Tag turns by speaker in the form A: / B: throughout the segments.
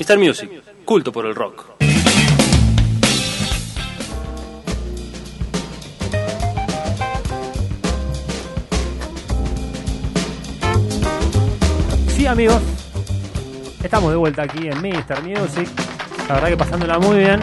A: Star Music, culto por el rock.
B: Sí, amigos, estamos de vuelta aquí en Mr. Music. La verdad que pasándola muy bien.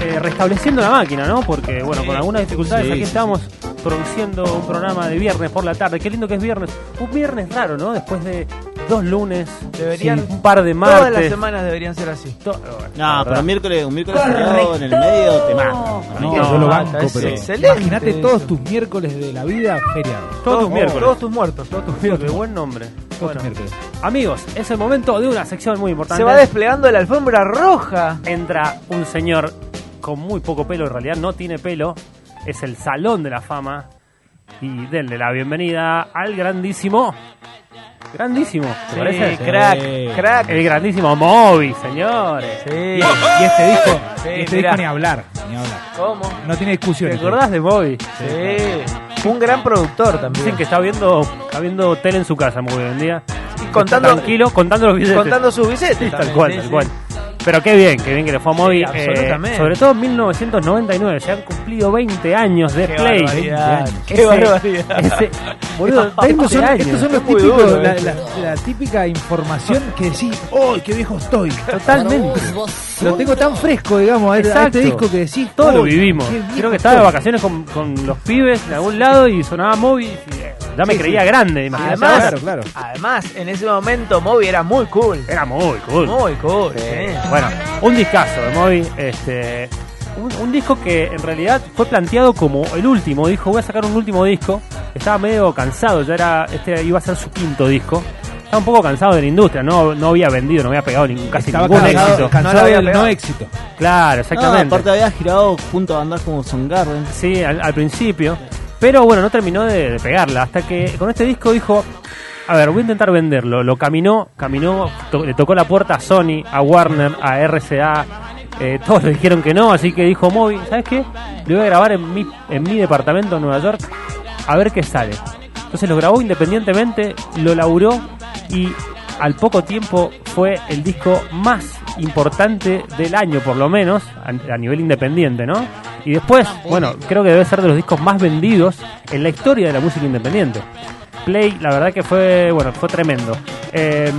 B: Eh, restableciendo la máquina, ¿no? Porque, bueno, con algunas dificultades
C: Sí,
B: aquí
C: sí,
B: estamos produciendo un programa de viernes por la tarde. Qué lindo que es viernes. Un viernes raro, ¿no? Después de dos lunes,
D: Deberían-
B: un par de
D: Todas las
B: martes.
D: semanas deberían ser así.
B: to- la
C: No, pero
B: verdad.
C: miércoles, un miércoles feriado en el medio te mata.
E: No,
D: No,
E: yo lo
D: mata,
E: banco,
D: es
E: pero
D: excelente
E: imagínate
D: eso.
E: todos tus miércoles de la vida feriados.
B: Todos tus miércoles.
D: Todos tus muertos. Todos tus
B: Qué
D: miércoles.
B: buen nombre.
E: Todos
B: Bueno,
E: tus miércoles.
B: amigos, es el momento de una sección muy importante.
D: Se va desplegando la alfombra roja.
B: entra un señor con muy poco pelo, en realidad no tiene pelo, es el Salón de la Fama. Y denle la bienvenida al grandísimo. Grandísimo, ¿te
D: Sí,
B: parece?
D: crack,
E: Sí. Eh,
D: crack.
B: El grandísimo Moby, señores.
D: Sí.
E: Y este disco,
D: Sí,
E: y este
D: mirá.
E: disco ni hablar, ni hablar.
D: ¿Cómo?
E: No tiene discusión.
B: ¿Te
E: este.
B: acordás de Moby?
D: Sí. Un gran productor
B: Dicen
D: también.
B: que está viendo, está viendo tele en su casa muy hoy en día.
D: Y contando,
B: Tranquilo, contando los billetes.
D: contando sus billetes.
B: Sí, tal
D: también,
B: cual,
D: sí,
B: tal
D: sí.
B: cual. Pero qué bien, qué bien que le fue a Moby. eh,
D: absolutamente.
B: sobre todo en 1999, se han cumplido 20 años de
D: Qué
B: Play.
D: barbaridad. Qué
B: Ese-
D: barbaridad.
B: ese- boludo,
E: Ah, Estos
B: 20
E: son,
B: años.
E: estos son los
D: Es muy
E: típicos,
D: duro,
E: la,
D: eh.
E: la- la típica información que decís, ¡ay, qué viejo estoy!
B: Totalmente.
E: Lo tengo tan fresco, digamos, a este- a
B: Exacto.
E: este disco que decís,
B: Todos lo
E: "Uy,
B: vivimos.
E: qué viejo este".
B: Creo que estaba de
E: estoy".
B: vacaciones con, con los pibes de algún lado y sonaba Moby. y, eh, ya me
E: Sí,
B: creía
E: sí.
B: grande, imagínate.
D: Ah, Además,
B: ahora.
E: claro, claro.
D: además, en ese momento Moby era muy cool.
B: Era muy cool.
D: Muy cool. sí.
B: Bueno, un discazo de Moby. Este, un, un disco que en realidad fue planteado como el último. Dijo, voy a sacar un último disco. Estaba medio cansado, ya era este iba a ser su quinto disco. Estaba un poco cansado de la industria, no, no había vendido, no había pegado ningún, casi
E: Estaba
B: ningún
E: cansado,
B: éxito.
E: cansado
D: No la había
E: del no
D: pegado.
E: éxito.
B: Claro,
C: No,
B: exactamente.
C: aparte había girado junto a bandas como
E: ¿eh?
C: Soundgarden.
B: Sí, al, al principio. Pero bueno, no terminó de, de pegarla. Hasta que con este disco dijo, a ver, voy a intentar venderlo. Lo caminó, caminó, to- le tocó la puerta a Sony, a Warner, a RCA. eh, todos le dijeron que no, así que dijo Moby, ¿sabes qué? Lo voy a grabar en mi, en mi departamento en Nueva York a ver qué sale. Entonces lo grabó independientemente, lo laburó y al poco tiempo fue el disco más importante del año, por lo menos, a, a nivel independiente, ¿no? Y después, bueno, creo que debe ser de los discos más vendidos en la historia de la música independiente. Play, la verdad que fue, bueno, fue tremendo. Eh,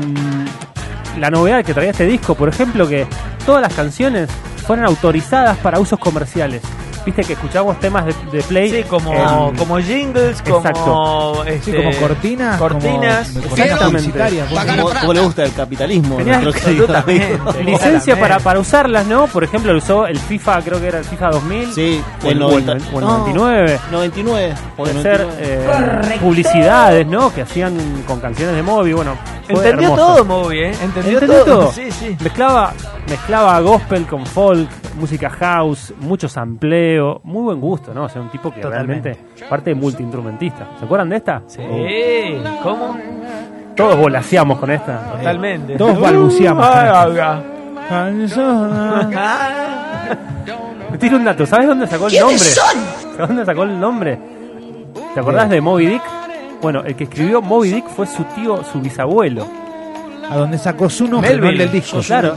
B: la novedad que traía este disco, por ejemplo, que todas las canciones fueron autorizadas para usos comerciales. Viste que escuchamos temas de, de Play. em,
D: Sí, como,
B: en-
D: como jingles,
B: Eh, exacto.
D: como,
E: Sí,
D: este,
E: como cortinas.
D: cortinas.
E: Como,
B: Exactamente.
E: cortinas publicitarias. vos.
C: Como, como le gusta el capitalismo.
B: Tenía-
C: nuestro querido
D: absolutamente.
C: amigo.
B: licencia para,
D: Claramente.
B: para usarlas, ¿no? Por ejemplo, lo usó el FIFA, creo que era el FIFA 2000.
C: Sí,
B: o el,
C: el
B: o el-
C: 90.
B: o el
C: No,
B: 99.
C: 99.
D: Oh.
B: Puede
C: el
B: ser
C: 99.
B: eh, publicidades, ¿no? Que hacían con canciones de móvil. Bueno, fue
D: Entendió
B: hermoso.
D: todo Moby, ¿eh? Entendió,
B: ¿Entendió
D: todo.
B: todo?
D: Sí, sí.
B: Mezclaba, mezclaba gospel con folk, música house, mucho sampleo. Muy buen gusto, ¿no? O sea, un tipo que
D: Totalmente.
B: realmente, parte de multiinstrumentista. ¿Se acuerdan de esta?
D: Sí,
E: Oh.
D: ¿cómo?
B: Todos volaseamos con esta.
D: Totalmente.
E: Eh, Todos balbuceamos.
D: Ay, haga.
B: Te tiro un dato, ¿sabes dónde sacó el nombre? ¿Sabes dónde sacó el nombre? ¿Te acordás de Moby Dick? Bueno, el que escribió Moby Dick fue su tío, su bisabuelo.
E: A donde sacó su nombre, no el del disco.
B: claro.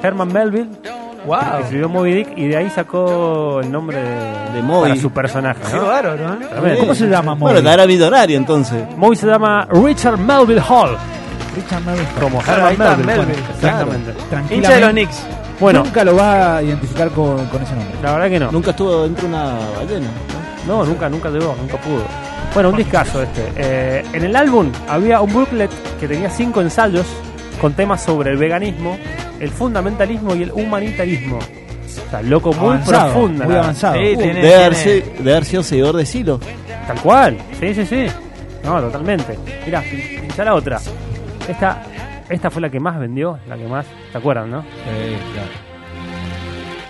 B: Herman Melville
D: Wow.
B: escribió Moby Dick y de ahí sacó el nombre de,
C: De Moby.
B: para su personaje.
D: Qué
B: ¿no?
D: bárbaro, ¿eh? ¿no?
B: Tremendo.
E: ¿Cómo se llama, Moby?
C: Bueno, te hará millonario entonces.
B: Moby se llama Richard Melville Hall,
E: Richard Melville.
B: como
D: Claro, ahí
B: Herman
D: está,
B: Melville.
D: Melville,
B: bueno,
E: Claro,
B: exactamente.
E: tranquilamente.
D: Hincha de los Knicks.
B: Bueno,
E: Nunca lo va a identificar con, con ese nombre.
B: la verdad que no.
C: Nunca estuvo dentro de una ballena. ¿no?
B: No, nunca, nunca llegó, nunca pudo. Bueno, un discazo este. Eh, en el álbum había un booklet que tenía cinco ensayos con temas sobre el veganismo, el fundamentalismo y el humanitarismo. O sea, loco, muy
E: Avanzado,
B: profunda.
E: Muy
B: la-
E: avanzado.
D: Sí, tiene-
C: Debe haber,
D: tiene-
C: si- debe haber sido seguidor de Silo.
B: Tal cual. Sí, sí, sí. No, totalmente. Mirá, pin- ya la otra. Esta, esta fue la que más vendió, la que más. ¿Te acuerdan, no?
E: Sí, claro.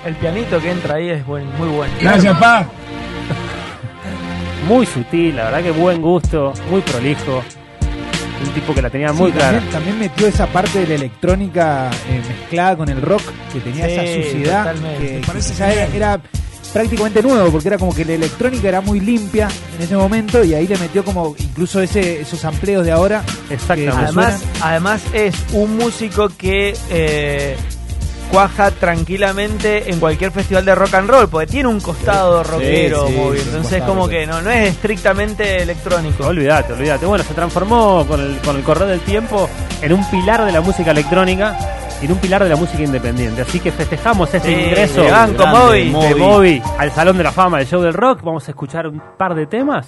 D: El pianito que entra ahí es buen- muy bueno.
B: Muy sutil, la verdad que buen gusto, muy prolijo. Un tipo que la tenía muy
E: Sí,
B: clara.
E: También, también metió esa parte de la electrónica eh, mezclada con el rock que tenía
D: Sí,
E: esa suciedad
D: totalmente.
E: que, que quizá era, era prácticamente nuevo, porque era como que la electrónica era muy limpia en ese momento y ahí le metió como incluso ese, esos amplios de ahora.
B: Exactamente.
E: Además-
D: Además, además es un músico que eh, cuaja tranquilamente en cualquier festival de rock and roll, porque tiene un costado rockero,
C: sí,
D: móvil.
C: sí,
D: entonces
C: bastante.
D: como que no, no es estrictamente electrónico.
B: Olvídate, olvídate. Bueno, se transformó con el, con el correr del tiempo en un pilar de la música electrónica y en un pilar de la música independiente. Así que festejamos este
D: Sí,
B: ingreso
D: de Banco
C: grande,
D: Móvil.
B: de Moby al Salón de la Fama del Show del Rock. Vamos a escuchar un par de temas.